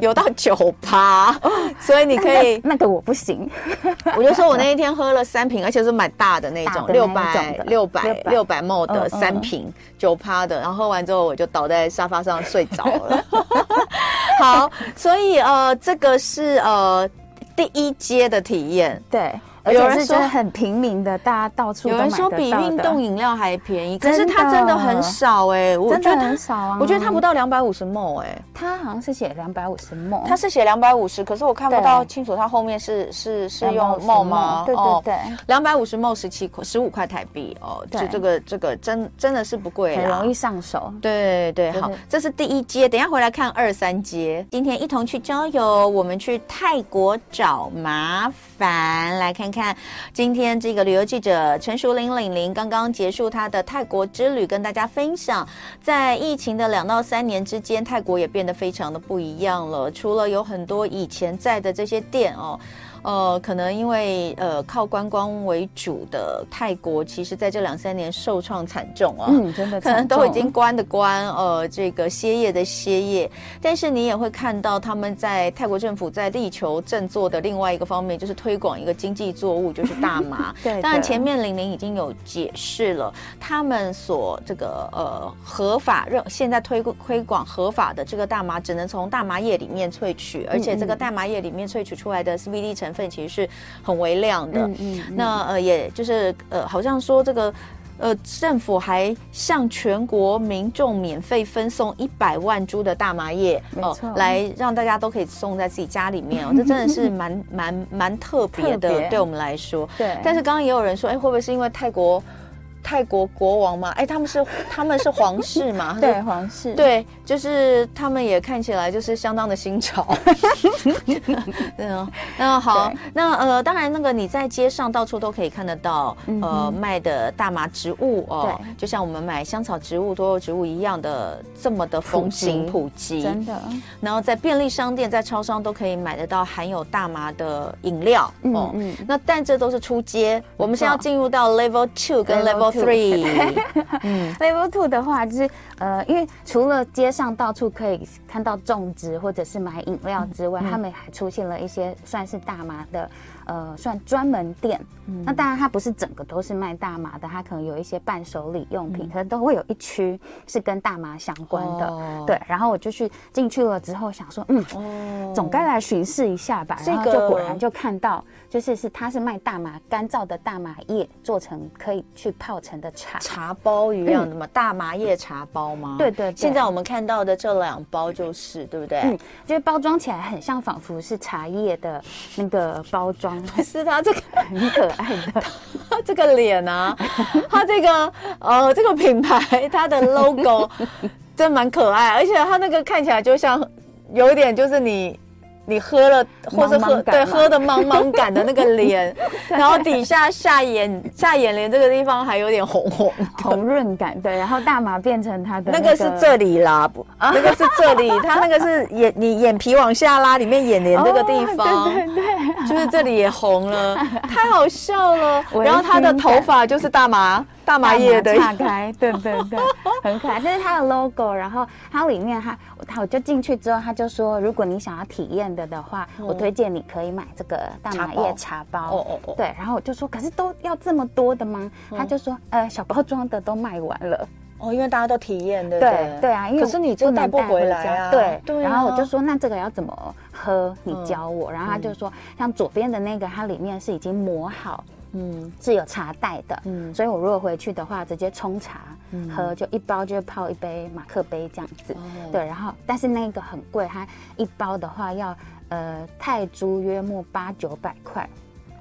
[SPEAKER 2] 有到九趴，所以你可以，
[SPEAKER 3] 那个我不行，
[SPEAKER 2] 我就说我那一天喝了三瓶，而且是买大的那种，
[SPEAKER 3] 大的
[SPEAKER 2] 六
[SPEAKER 3] 那一
[SPEAKER 2] 百
[SPEAKER 3] 种的
[SPEAKER 2] 六百
[SPEAKER 3] 600
[SPEAKER 2] 六百 ml 的
[SPEAKER 3] 嗯嗯
[SPEAKER 2] 三瓶九趴的，然后喝完之后我就倒在沙发上睡着 了。好，所以呃，这个是呃第一阶的体验。
[SPEAKER 3] 对，而
[SPEAKER 2] 有
[SPEAKER 3] 且
[SPEAKER 2] 人
[SPEAKER 3] 是真
[SPEAKER 2] 说
[SPEAKER 3] 的很平民的，大家到处都
[SPEAKER 2] 有
[SPEAKER 3] 买
[SPEAKER 2] 人
[SPEAKER 3] 得到
[SPEAKER 2] 说
[SPEAKER 3] 的。
[SPEAKER 2] 比运动饮料还便宜，可
[SPEAKER 3] 真
[SPEAKER 2] 是
[SPEAKER 3] 的
[SPEAKER 2] 它真的很少哎、我
[SPEAKER 3] 真
[SPEAKER 2] 觉
[SPEAKER 3] 的
[SPEAKER 2] 得
[SPEAKER 3] 很
[SPEAKER 2] 它，
[SPEAKER 3] 少啊，
[SPEAKER 2] 我觉得它不到两百五十 ml 哎，
[SPEAKER 3] 他好像是写两百五十梦，
[SPEAKER 2] 它是写两百五十，可是我看不
[SPEAKER 3] 对
[SPEAKER 2] 到清楚它后面是是是用 ml
[SPEAKER 3] 梦
[SPEAKER 2] 吗？哦
[SPEAKER 3] 对对对，
[SPEAKER 2] 两百五十 ml 十七块十五块台币哦，
[SPEAKER 3] 对
[SPEAKER 2] 就这个这个真真的是不贵啦，
[SPEAKER 3] 很容易上手。
[SPEAKER 2] 对对，
[SPEAKER 3] 就是
[SPEAKER 2] 好，这是第一阶，等一下回来看二三阶。今天一同去郊游，我们去泰国找麻烦，来看看今天这个旅游记者陈淑玲玲玲刚刚结束她的泰国之旅，跟大家分享，在疫情的两到三年之间，泰国也变得非常的不一样了，除了有很多以前在的这些店哦。呃，可能因为呃靠观光为主的泰国，其实在这两三年受创惨重啊。
[SPEAKER 3] 嗯，真 的
[SPEAKER 2] 可能
[SPEAKER 3] 惨重
[SPEAKER 2] 都已经关的关，呃，这个歇业的歇业，但是你也会看到他们在泰国政府在力求振作的另外一个方面，就是推广一个经济作物，就是大麻。
[SPEAKER 3] 对的
[SPEAKER 2] 当然前面玲玲已经有解释了，他们所这个呃合法认现在推推广合法的这个大麻，只能从大麻叶里面萃取，而且这
[SPEAKER 3] 嗯
[SPEAKER 2] 个大麻叶里面萃取出来的 CBD 成分其实是很微量的。
[SPEAKER 3] 嗯嗯嗯
[SPEAKER 2] 那呃，也就是呃，好像说这个。呃，政府还向全国民众免费分送一百万株的大麻叶哦
[SPEAKER 3] 没错
[SPEAKER 2] 来让大家都可以种在自己家里 面哦，这真的是蛮蛮蛮特别的，
[SPEAKER 3] 特别
[SPEAKER 2] 对我们来说。
[SPEAKER 3] 对，
[SPEAKER 2] 但是刚刚也有人说，哎，会不会是因为泰国泰国国王嘛？哎，他们是他们是皇室 嘛？他是
[SPEAKER 3] 对皇室
[SPEAKER 2] 对，就是他们也看起来就是相当的新潮。 嗯，那好
[SPEAKER 3] 对，
[SPEAKER 2] 那呃，当然那个你在街上到处都可以看得到，
[SPEAKER 3] 嗯
[SPEAKER 2] 呃，
[SPEAKER 3] 哼
[SPEAKER 2] 卖的大麻植物哦，
[SPEAKER 3] 对
[SPEAKER 2] 就像我们买香草植物、多肉植物一样的这么的风行
[SPEAKER 3] 普
[SPEAKER 2] 普及。
[SPEAKER 3] 真的
[SPEAKER 2] 然后在便利商店、在超商都可以买得到含有大麻的饮料。
[SPEAKER 3] 嗯
[SPEAKER 2] 哦，
[SPEAKER 3] 嗯
[SPEAKER 2] 那但这都是初阶，我们现在要
[SPEAKER 3] 错
[SPEAKER 2] 进入到 level two 跟 level
[SPEAKER 3] Level two
[SPEAKER 2] three。嗯，
[SPEAKER 3] level two 的话，就是呃，因为除了街上到处可以看到种植或者是买饮料之外，他们还出现了一些算是大麻的，呃，算专门店。那当然，它不是整个都是卖大麻的，它可能有一些伴手礼用品，可能都会有一区是跟大麻相 关的。
[SPEAKER 2] 哦
[SPEAKER 3] 对，然后我就去进去了之后，想说，嗯，
[SPEAKER 2] 哦
[SPEAKER 3] 总该来巡视一下吧。
[SPEAKER 2] 这
[SPEAKER 3] 然后就果
[SPEAKER 2] 个
[SPEAKER 3] 然就看到，就是是它是卖大麻干燥的大麻叶做成可以去泡成的茶。
[SPEAKER 2] 茶包一样的嘛，大麻叶茶包吗？
[SPEAKER 3] 嗯对对对
[SPEAKER 2] 现在我们看到的这两包就是，对不对？
[SPEAKER 3] 嗯，就是包装起来很像，仿佛是茶叶的那个包装，
[SPEAKER 2] 哎是它这个
[SPEAKER 3] 很可爱的。
[SPEAKER 2] 这个脸 啊，它这个呃这个品牌它的 logo 真蛮可爱，而且它那个看起来就像有一点就是你。你喝了，或是喝
[SPEAKER 3] 茫茫感
[SPEAKER 2] 对
[SPEAKER 3] 嘛
[SPEAKER 2] 喝的茫茫感的那个 脸，然后底下下眼下眼帘这个地方还有点红红的，
[SPEAKER 3] 红润感，对，然后大麻变成它的
[SPEAKER 2] 那个啊是这里啦， 不，那个是这里，它那个是眼你眼皮往下拉，里面眼帘这个地方，
[SPEAKER 3] 哦对对 对，
[SPEAKER 2] 就是这里也红了， 太好笑了。
[SPEAKER 3] 我
[SPEAKER 2] 然后他的
[SPEAKER 3] 一听
[SPEAKER 2] 头发就是大麻大麻叶的，
[SPEAKER 3] 岔开，对对对，很可爱。这是它的 logo，然后它里面它它我就进去之后，它就说，如果你想要体验的的话，
[SPEAKER 2] 嗯
[SPEAKER 3] 我推荐你可以买这个大麻叶茶包。
[SPEAKER 2] 哦哦嗯哦，
[SPEAKER 3] 对，然后我就说，可是都要这么多的吗？他就说，呃，小包装的都卖完了。
[SPEAKER 2] 哦，因为大家都体验，对不
[SPEAKER 3] 对
[SPEAKER 2] 对
[SPEAKER 3] 对啊，因为
[SPEAKER 2] 可是你这
[SPEAKER 3] 不
[SPEAKER 2] 个带
[SPEAKER 3] 能
[SPEAKER 2] 不回来啊，
[SPEAKER 3] 家对，
[SPEAKER 2] 对啊。嗯
[SPEAKER 3] 然后我就说，那这个要怎么喝？你教我。然后他就说，像左边的那个，它里面是已经磨好
[SPEAKER 2] 嗯
[SPEAKER 3] 是有茶袋的，
[SPEAKER 2] 嗯
[SPEAKER 3] 所以我如果回去的话，直接冲茶、喝，就一包就泡一杯马克杯这样子。
[SPEAKER 2] 哦
[SPEAKER 3] 对，然后但是那个很贵，它一包的话要呃泰铢约莫八九百块，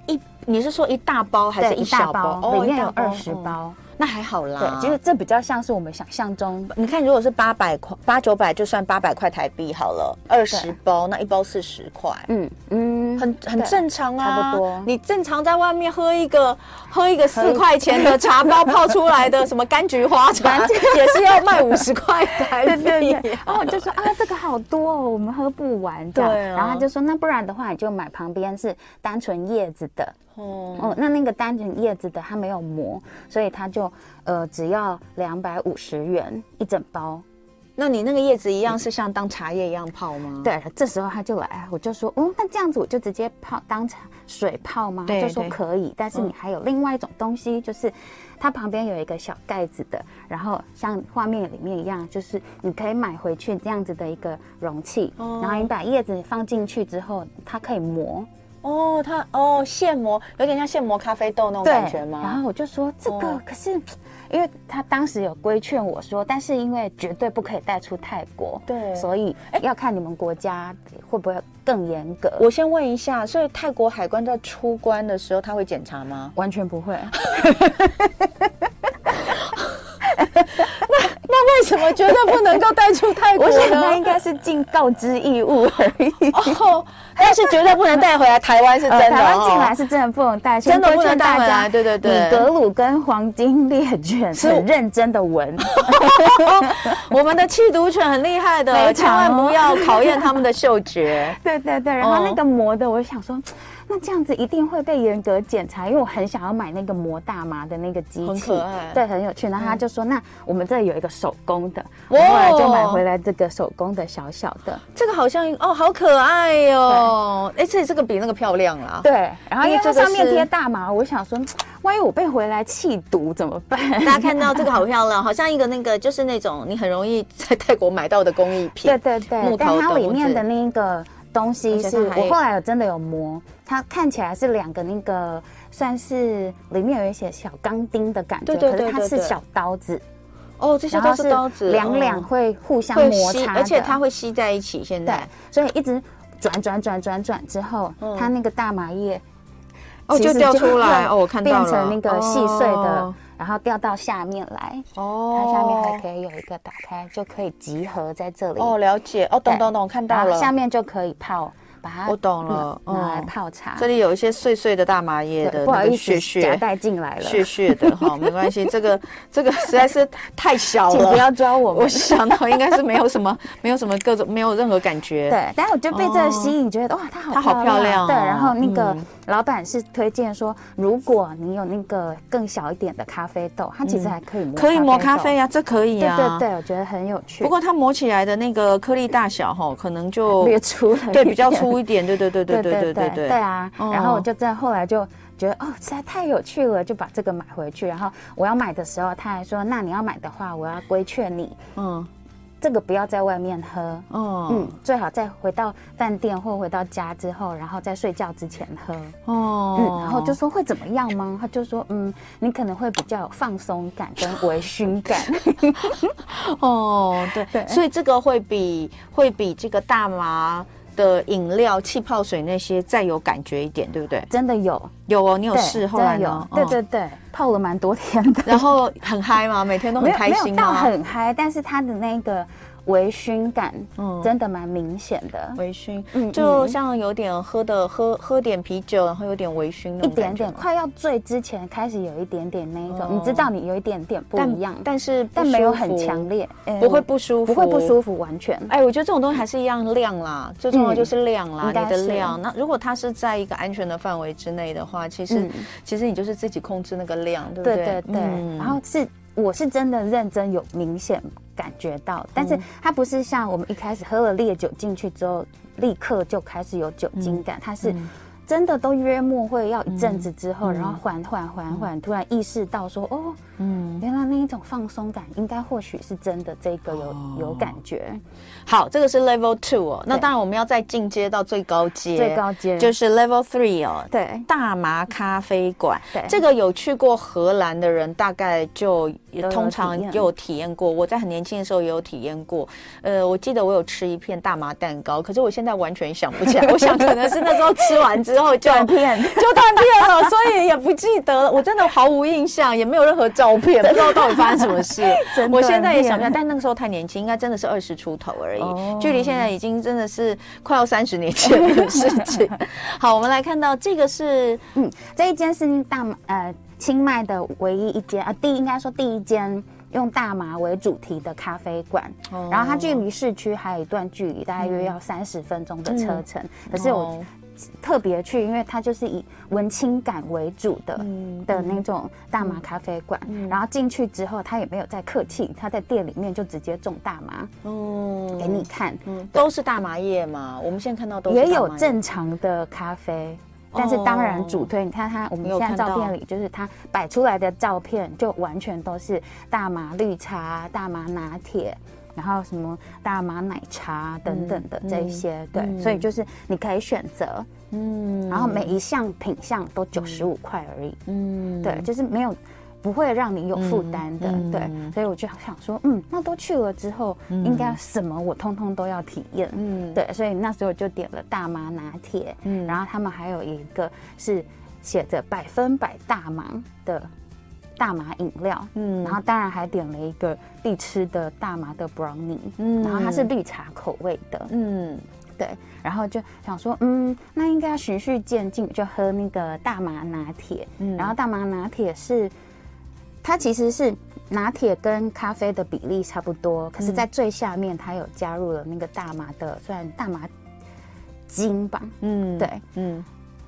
[SPEAKER 2] 一，你是说一大包还
[SPEAKER 3] 对，
[SPEAKER 2] 是
[SPEAKER 3] 一
[SPEAKER 2] 小
[SPEAKER 3] 大
[SPEAKER 2] 包？哦
[SPEAKER 3] 包，里面有
[SPEAKER 2] 一大
[SPEAKER 3] 二十，
[SPEAKER 2] 哦
[SPEAKER 3] 包。
[SPEAKER 2] 那还好啦。
[SPEAKER 3] 对，其实这比较像是我们想象中
[SPEAKER 2] 你看，如果是八百块、八九百，就算八百块台币好了，二十
[SPEAKER 3] 对
[SPEAKER 2] 包，那一包四十块，
[SPEAKER 3] 嗯嗯，
[SPEAKER 2] 很很
[SPEAKER 3] 对
[SPEAKER 2] 正常啊，
[SPEAKER 3] 差不多
[SPEAKER 2] 你正常在外面喝一个喝一个
[SPEAKER 3] 喝
[SPEAKER 2] 四
[SPEAKER 3] 一
[SPEAKER 2] 块钱的茶包泡出来的什 么柑橘花茶，也是要卖五十 块啊台
[SPEAKER 3] 对
[SPEAKER 2] 币。
[SPEAKER 3] 对 对，然后我就说啊，这个好多哦，我们喝不完这样。
[SPEAKER 2] 对啊
[SPEAKER 3] 然后他就说，那不然的话，你就买旁边是单纯叶子的，
[SPEAKER 2] 哦，
[SPEAKER 3] 哦，那那个单纯叶子的它没有膜，所以它就呃只要两百五十元一整包。
[SPEAKER 2] 那你那个叶子一样是像当茶叶一样泡吗？，
[SPEAKER 3] 对，这时候他就来，我就说，哦，那这样子我就直接泡当茶水泡吗？
[SPEAKER 2] 对
[SPEAKER 3] 他就说
[SPEAKER 2] 对嗯
[SPEAKER 3] 可以，但是你还有另外一种东西，就是它旁边有一个小盖子的，然后像画面里面一样，就是你可以买回去这样子的一个容器，
[SPEAKER 2] 哦
[SPEAKER 3] 然后你把叶子放进去之后，它可以磨。
[SPEAKER 2] 哦，它哦现磨，有点像现磨咖啡豆那种
[SPEAKER 3] 对，
[SPEAKER 2] 哦感觉
[SPEAKER 3] 然
[SPEAKER 2] 吗？
[SPEAKER 3] 后我就说这个
[SPEAKER 2] 哦
[SPEAKER 3] 可是，因为他当时有规劝我说，但是因为绝对不可以带出泰国，
[SPEAKER 2] 对
[SPEAKER 3] 所以要看你们国家会不会更严格。
[SPEAKER 2] 我先问一下，所以泰国海关在出关的时候，他会检查吗？
[SPEAKER 3] 完全不会，
[SPEAKER 2] 那为什么绝对不能够带出泰国
[SPEAKER 3] 我
[SPEAKER 2] 呢？
[SPEAKER 3] 想那应该是尽告知义务而 已。
[SPEAKER 2] 哦，但是绝对不能带回来台湾是真
[SPEAKER 3] 呃
[SPEAKER 2] 的、哦
[SPEAKER 3] 台湾进来是真的不能带，先
[SPEAKER 2] 真的不
[SPEAKER 3] 规
[SPEAKER 2] 能
[SPEAKER 3] 劝
[SPEAKER 2] 带
[SPEAKER 3] 大
[SPEAKER 2] 回
[SPEAKER 3] 家
[SPEAKER 2] 来对对对
[SPEAKER 3] 米格鲁跟黄金猎犬
[SPEAKER 2] 是
[SPEAKER 3] 很认真的 闻，
[SPEAKER 2] 我们的气毒犬很厉害的，
[SPEAKER 3] 非
[SPEAKER 2] 千
[SPEAKER 3] 常哦
[SPEAKER 2] 万不要考验它们的嗅觉。
[SPEAKER 3] 对对对，然后那
[SPEAKER 2] 哦
[SPEAKER 3] 个膜的，我想说，那这样子一定会被严格检查，因为我很想要买那个磨大麻的那个机器，
[SPEAKER 2] 很可爱嗯
[SPEAKER 3] 对，很有趣。然后他就说，那我们这里有一个手工的，我
[SPEAKER 2] 哇哦
[SPEAKER 3] 后来就买回来这个手工的小小的，
[SPEAKER 2] 这个好像哦，好可爱哟、哦！哎，这这个比那个漂亮啦。
[SPEAKER 3] 对，然后因
[SPEAKER 2] 因
[SPEAKER 3] 为它
[SPEAKER 2] 为这个
[SPEAKER 3] 上面
[SPEAKER 2] 是
[SPEAKER 3] 贴大麻，我想说，万一我被回来气毒怎么 办？
[SPEAKER 2] 大家看到这个好漂亮，好像一个那个就是那种你很容易在泰国买到的工艺品。
[SPEAKER 3] 对对对
[SPEAKER 2] 木，
[SPEAKER 3] 但
[SPEAKER 2] 头
[SPEAKER 3] 它
[SPEAKER 2] 的
[SPEAKER 3] 里
[SPEAKER 2] 或
[SPEAKER 3] 面
[SPEAKER 2] 是
[SPEAKER 3] 的那个东西
[SPEAKER 2] 而且
[SPEAKER 3] 是
[SPEAKER 2] 它还
[SPEAKER 3] 我后来有真的有磨，它看起来是两个那个算是里面有一些小钢钉的感觉，
[SPEAKER 2] 对对对
[SPEAKER 3] 可是它
[SPEAKER 2] 对
[SPEAKER 3] 是
[SPEAKER 2] 对
[SPEAKER 3] 小刀子，
[SPEAKER 2] 哦，这些
[SPEAKER 3] 然
[SPEAKER 2] 都
[SPEAKER 3] 后
[SPEAKER 2] 是刀子，
[SPEAKER 3] 两两
[SPEAKER 2] 嗯
[SPEAKER 3] 会互相
[SPEAKER 2] 会
[SPEAKER 3] 摩
[SPEAKER 2] 吸，
[SPEAKER 3] 擦的，
[SPEAKER 2] 而且它会吸在一起。现
[SPEAKER 3] 对
[SPEAKER 2] 在，
[SPEAKER 3] 所以一直转转转转转之后，
[SPEAKER 2] 嗯
[SPEAKER 3] 它那个大麻叶。
[SPEAKER 2] 哦
[SPEAKER 3] 其实
[SPEAKER 2] 就掉出 来哦我看到了
[SPEAKER 3] 变成那个细碎
[SPEAKER 2] 哦
[SPEAKER 3] 的，然后掉到下面来，
[SPEAKER 2] 哦
[SPEAKER 3] 它下面还可以有一个打开，就可以集合在这里。
[SPEAKER 2] 哦，了解哦，懂
[SPEAKER 3] 对
[SPEAKER 2] 懂懂，看到
[SPEAKER 3] 然
[SPEAKER 2] 了。
[SPEAKER 3] 后下面就可以泡，把它
[SPEAKER 2] 我懂了
[SPEAKER 3] 嗯
[SPEAKER 2] 嗯
[SPEAKER 3] 拿来泡茶。
[SPEAKER 2] 这里有一些碎碎的大麻叶
[SPEAKER 3] 对
[SPEAKER 2] 的
[SPEAKER 3] 不好
[SPEAKER 2] 那个
[SPEAKER 3] 意思
[SPEAKER 2] 屑，屑
[SPEAKER 3] 夹带进来了，
[SPEAKER 2] 屑屑 的哈，没关系，这个这个实在是太小
[SPEAKER 3] 请
[SPEAKER 2] 了，
[SPEAKER 3] 不要抓我
[SPEAKER 2] 我
[SPEAKER 3] 们。
[SPEAKER 2] 想到应该是没有什么，没有什么各种，没有任何感觉。，
[SPEAKER 3] 对，但我就被这
[SPEAKER 2] 哦
[SPEAKER 3] 个吸引，觉得哇，它好
[SPEAKER 2] 它好漂亮哦
[SPEAKER 3] 对，然后那个
[SPEAKER 2] 嗯
[SPEAKER 3] 老板是推荐说，如果你有那个更小一点的咖啡豆，它其实还可以磨
[SPEAKER 2] 嗯可以磨咖
[SPEAKER 3] 豆
[SPEAKER 2] 啡。呀、这可以
[SPEAKER 3] 对
[SPEAKER 2] 呀、
[SPEAKER 3] 对。对，我觉得很有趣。
[SPEAKER 2] 不过它磨起来的那个颗粒大小哈，可能就
[SPEAKER 3] 略粗了，
[SPEAKER 2] 对比较。粗一点。对对对对
[SPEAKER 3] 对
[SPEAKER 2] 对
[SPEAKER 3] 对
[SPEAKER 2] 对对对
[SPEAKER 3] 对对。啊！
[SPEAKER 2] 哦
[SPEAKER 3] 然后我就在后来就觉得哦，实在太有趣了，就把这个买回去。然后我要买的时候，他还说：“那你要买的话，我要规劝你，
[SPEAKER 2] 嗯
[SPEAKER 3] 这个不要在外面喝，嗯
[SPEAKER 2] 哦，
[SPEAKER 3] 最好在回到饭店或回到家之后，然后在睡觉之前喝。
[SPEAKER 2] 哦
[SPEAKER 3] 嗯，然后就说会怎么样吗？他就说，嗯，你可能会比较有放松感跟微 醺感。
[SPEAKER 2] 哦，对
[SPEAKER 3] 对
[SPEAKER 2] 所以这个会比会比这个大麻。的饮料、气泡水那些再有感觉一点，对不对？
[SPEAKER 3] 真的有，
[SPEAKER 2] 有哦，你有
[SPEAKER 3] 对
[SPEAKER 2] 试后
[SPEAKER 3] 真
[SPEAKER 2] 来
[SPEAKER 3] 的
[SPEAKER 2] 呢
[SPEAKER 3] 有？，对
[SPEAKER 2] 嗯
[SPEAKER 3] 对对，泡了蛮多天 的，
[SPEAKER 2] 然后很嗨吗？每天都很
[SPEAKER 3] 没有
[SPEAKER 2] 开
[SPEAKER 3] 没有
[SPEAKER 2] 心
[SPEAKER 3] 到
[SPEAKER 2] 吗？
[SPEAKER 3] 很嗨，但是它的那个微醺感
[SPEAKER 2] 嗯
[SPEAKER 3] 真的蛮明显的，
[SPEAKER 2] 微醺，
[SPEAKER 3] 嗯
[SPEAKER 2] 就
[SPEAKER 3] 嗯
[SPEAKER 2] 像有点喝的喝喝点啤酒，然后有点微醺那
[SPEAKER 3] 一
[SPEAKER 2] 种
[SPEAKER 3] 点
[SPEAKER 2] 感觉
[SPEAKER 3] 点
[SPEAKER 2] 吗，
[SPEAKER 3] 快要醉之前开始有一点点那一种，
[SPEAKER 2] 哦
[SPEAKER 3] 你知道你有一点点不
[SPEAKER 2] 但
[SPEAKER 3] 一样，
[SPEAKER 2] 但是不
[SPEAKER 3] 但没有很
[SPEAKER 2] 舒服
[SPEAKER 3] 强，烈，呃
[SPEAKER 2] 不会不舒服，
[SPEAKER 3] 不会不舒服，完全。
[SPEAKER 2] 哎，我觉得这种东西还是一样量啦，最重要就是量啦，
[SPEAKER 3] 嗯应该
[SPEAKER 2] 你的
[SPEAKER 3] 是
[SPEAKER 2] 量。那如果它是在一个安全的范围之内的话，其实、
[SPEAKER 3] 嗯
[SPEAKER 2] 其实你就是自己控制那个量，对不
[SPEAKER 3] 对
[SPEAKER 2] 对？
[SPEAKER 3] 对对，
[SPEAKER 2] 嗯
[SPEAKER 3] 然后是我是真的认真有明显感觉到，但
[SPEAKER 2] 嗯
[SPEAKER 3] 是它不是像我们一开始喝了烈酒进去之后立刻就开始有酒精
[SPEAKER 2] 嗯
[SPEAKER 3] 感，它是。真的都约莫会要一阵子之后，然后缓缓缓缓，突然意识到说，哦，
[SPEAKER 2] 嗯，
[SPEAKER 3] 原来那一种放松感，应该或许是真的这个有
[SPEAKER 2] 哦
[SPEAKER 3] 有感觉，
[SPEAKER 2] 好，这个是 level two 哦。那
[SPEAKER 3] 对
[SPEAKER 2] 当然我们要再进阶到最高阶，
[SPEAKER 3] 最高阶
[SPEAKER 2] 就是 level three 哦。
[SPEAKER 3] 对
[SPEAKER 2] 大麻咖啡馆，
[SPEAKER 3] 对
[SPEAKER 2] 这个有去过荷兰的人，大概就
[SPEAKER 3] 哎有
[SPEAKER 2] 通常
[SPEAKER 3] 体验
[SPEAKER 2] 有体验过。我在很年轻的时候也有体验过。呃，我记得我有吃一片大麻蛋糕，可是我现在完全想不起来。我 想可能是那时候吃完之后就断片， 就断片了，所以也不记得了。我真的毫无印象，也没有任何照 片，不知道到底发生什么事
[SPEAKER 3] 真。
[SPEAKER 2] 我现在也想不起来，
[SPEAKER 3] 断片
[SPEAKER 2] 但那个时候太年轻，应该真的是二十出头而已，
[SPEAKER 3] 哦
[SPEAKER 2] 距离现在已经真的是快要三十年前的事 情。好，我们来看到这个是
[SPEAKER 3] 嗯，这一间是大麻呃清迈的唯一一间啊、呃第一应该说第一间用大麻为主题的咖啡馆。
[SPEAKER 2] 哦
[SPEAKER 3] 然后它距离市区还有一段距离，大约要三十分钟的车程。可是我
[SPEAKER 2] 嗯哦
[SPEAKER 3] 特别去，因为它就是以文青感为主的、
[SPEAKER 2] 嗯
[SPEAKER 3] 的那种大麻咖啡馆。然后进去之后，它也没有再客气，它在店里面就直接种大麻
[SPEAKER 2] 哦
[SPEAKER 3] 给你看，
[SPEAKER 2] 都是大麻叶嘛，我们现在看到都是
[SPEAKER 3] 也
[SPEAKER 2] 大麻
[SPEAKER 3] 有
[SPEAKER 2] 叶
[SPEAKER 3] 正常的咖啡。但是当然，主推你看它，我们
[SPEAKER 2] 哦有
[SPEAKER 3] 现在
[SPEAKER 2] 看到
[SPEAKER 3] 照片里就是它摆出来的照片，就完全都是大麻绿茶、大麻拿铁，然后什么大麻奶茶等等的这一些，对，所以就是你可以选择，
[SPEAKER 2] 嗯
[SPEAKER 3] 然后每一项品项都九十五块而已，
[SPEAKER 2] 嗯
[SPEAKER 3] 对，就是没有不会让你有负担的，
[SPEAKER 2] 嗯
[SPEAKER 3] 对，所以我就想说，嗯，那都去了之后，应该什么我通通都要体验，
[SPEAKER 2] 嗯
[SPEAKER 3] 对，所以那时候就点了大麻拿铁，
[SPEAKER 2] 嗯
[SPEAKER 3] 然后他们还有一个是写着百分百大麻的大麻饮料，
[SPEAKER 2] 嗯
[SPEAKER 3] 然后当然还点了一个必吃的大麻的 brownie，
[SPEAKER 2] 嗯
[SPEAKER 3] 然后它是绿茶口味的，
[SPEAKER 2] 嗯
[SPEAKER 3] 对，然后就想说，嗯，那应该要循序渐进，就喝那个大麻拿铁。
[SPEAKER 2] 嗯
[SPEAKER 3] 然后大麻拿铁是，它其实是拿铁跟咖啡的比例差不多，可是在最下面它有加入了那个大麻的，算大麻精吧，
[SPEAKER 2] 嗯
[SPEAKER 3] 对，
[SPEAKER 2] 嗯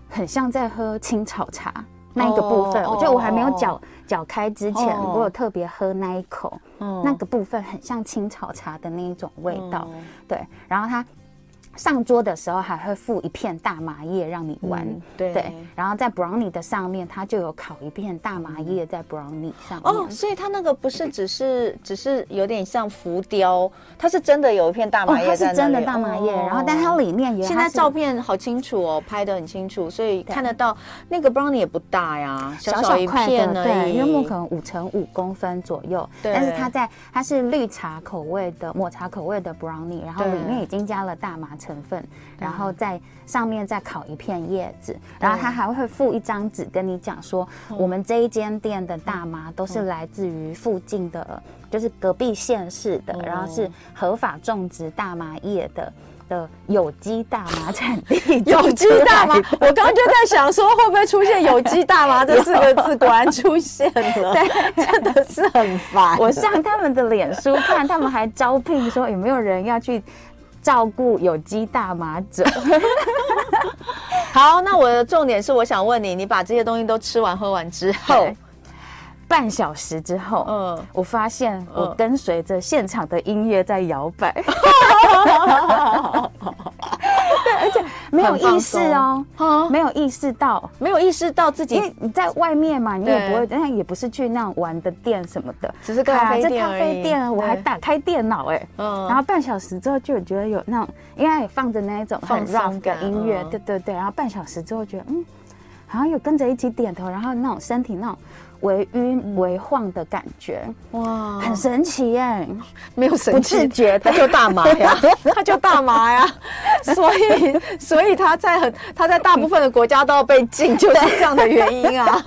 [SPEAKER 3] 很像在喝青草茶。那一个部分，我觉得我还没有
[SPEAKER 2] 哦
[SPEAKER 3] 搅搅开之前，
[SPEAKER 2] 哦
[SPEAKER 3] 我有特别喝那一口，
[SPEAKER 2] 哦
[SPEAKER 3] 那个部分很像青草茶的那一种味道。
[SPEAKER 2] 哦
[SPEAKER 3] 对，然后它上桌的时候还会附一片大麻叶让你玩。
[SPEAKER 2] 嗯对
[SPEAKER 3] 然后在 brownie 的上面，它就有烤一片大麻叶在 brownie 上面。
[SPEAKER 2] 哦，所以它那个不是只是只是有点像浮雕，它是真的有一片大
[SPEAKER 3] 哦
[SPEAKER 2] 麻叶
[SPEAKER 3] 它
[SPEAKER 2] 在那
[SPEAKER 3] 是
[SPEAKER 2] 里
[SPEAKER 3] 真的大麻叶，
[SPEAKER 2] 哦
[SPEAKER 3] 然后但它里面也
[SPEAKER 2] 现在照片好清楚哦，拍的很清楚，所以看得到那个 brownie 也不大呀，
[SPEAKER 3] 小
[SPEAKER 2] 小一
[SPEAKER 3] 块
[SPEAKER 2] 片
[SPEAKER 3] 的，
[SPEAKER 2] 而
[SPEAKER 3] 对，
[SPEAKER 2] 已。
[SPEAKER 3] 约莫可能五乘五公分左右。
[SPEAKER 2] 对
[SPEAKER 3] 但是它在它是绿茶口味的抹茶口味的 brownie，然后
[SPEAKER 2] 对
[SPEAKER 3] 里面已经加了大麻成分，然后在上面再烤一片叶子，然后它还会附一张纸跟你讲说，
[SPEAKER 2] 嗯
[SPEAKER 3] 我们这一间店的大麻都是来自于附近的，就是隔壁县市的，
[SPEAKER 2] 哦
[SPEAKER 3] 然后是合法种植大麻叶的。的有机大麻产 地种出来的，
[SPEAKER 2] 有机大麻，我刚刚就在想说，会不会出现“有机大麻”这四个字？果然出现了， 对，真的是很烦。
[SPEAKER 3] 我上他们的脸书看，他们还招聘说有没有人要去照顾有机大麻者。
[SPEAKER 2] 好，那我的重点是，我想问你，你把这些东西都吃完喝完之后
[SPEAKER 3] 对，半小时之后，
[SPEAKER 2] 嗯
[SPEAKER 3] 我发现我跟随着现场的音乐在摇 摆，对，而且没有意识哦，
[SPEAKER 2] 啊，
[SPEAKER 3] 没有意识到。
[SPEAKER 2] 没有意识到自
[SPEAKER 3] 因
[SPEAKER 2] 己
[SPEAKER 3] 为你在外面嘛，你也
[SPEAKER 2] 对
[SPEAKER 3] 不会，那也不是去那种玩的店什么的，
[SPEAKER 2] 只是咖啡
[SPEAKER 3] 这
[SPEAKER 2] 店
[SPEAKER 3] 啊咖
[SPEAKER 2] 而
[SPEAKER 3] 啡
[SPEAKER 2] 已
[SPEAKER 3] 店啊，我还
[SPEAKER 2] 对
[SPEAKER 3] 打开电脑哎，
[SPEAKER 2] 嗯
[SPEAKER 3] 然后半小时之后就有觉得有那种，因为它也放着那一种很
[SPEAKER 2] 放松
[SPEAKER 3] rough 的
[SPEAKER 2] 感
[SPEAKER 3] 音乐，
[SPEAKER 2] 嗯
[SPEAKER 3] 对对对，然后半小时之后觉得嗯。好像有跟着一起点头，然后那种身体那种微
[SPEAKER 2] 嗯
[SPEAKER 3] 晕微晃的感觉，
[SPEAKER 2] 哇，
[SPEAKER 3] 很神奇耶、
[SPEAKER 2] 没有神
[SPEAKER 3] 不自觉
[SPEAKER 2] 他就大麻呀，他就大麻呀，所以所以他在很他在大部分的国家都要被禁，就是这样的原因啊。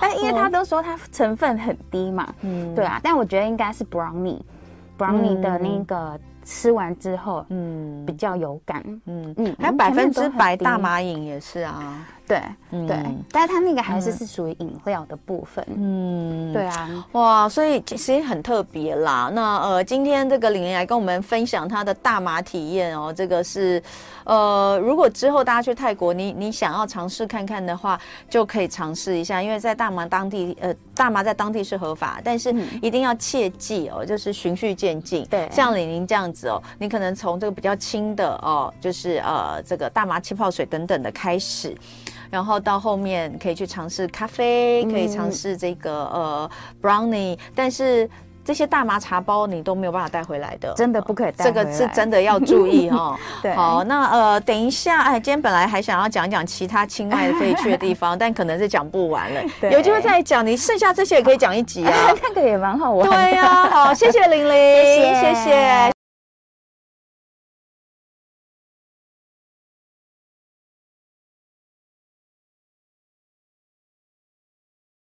[SPEAKER 3] 但因为他都说它成分很低嘛，
[SPEAKER 2] 嗯
[SPEAKER 3] 对啊，但我觉得应该是 brownie，brownie 的那个吃完之后，
[SPEAKER 2] 嗯
[SPEAKER 3] 比较有感，
[SPEAKER 2] 嗯嗯
[SPEAKER 3] 嗯，
[SPEAKER 2] 还有百分之百
[SPEAKER 3] 前面都很低
[SPEAKER 2] 大麻饮也是啊，
[SPEAKER 3] 对
[SPEAKER 2] 嗯
[SPEAKER 3] 对，但是它那个还是是属于饮料的部分，
[SPEAKER 2] 嗯，
[SPEAKER 3] 对啊，
[SPEAKER 2] 哇，所以其实很特别啦。那呃，今天这个玲玲来跟我们分享她的大麻体验哦，这个是呃，如果之后大家去泰国，你你想要尝试看看的话，就可以尝试一下，因为在大麻当地，呃，大麻在当地是合法，但是一定要切记哦，就是循序渐进。
[SPEAKER 3] 对
[SPEAKER 2] 像玲玲这样子哦，你可能从这个比较轻的哦，就是呃这个大麻气泡水等等的开始，然后到后面可以去尝试咖啡，可以尝试这个、呃 brownie，但是这些大麻茶包你都没有办法带回来的，
[SPEAKER 3] 真的不可以
[SPEAKER 2] 这
[SPEAKER 3] 带回
[SPEAKER 2] 个
[SPEAKER 3] 来
[SPEAKER 2] 是真的要注意 哦。
[SPEAKER 3] 对
[SPEAKER 2] 好，那呃，等一下，哎，今天本来还想要讲讲其他清迈可以去的地 方，但可能是讲不完了，
[SPEAKER 3] 对
[SPEAKER 2] 有机会再讲。你 剩下这些也可以讲一集啊。啊
[SPEAKER 3] 那个也蛮好玩的。
[SPEAKER 2] 对呀、好，谢谢玲玲，
[SPEAKER 3] 谢谢
[SPEAKER 2] 谢谢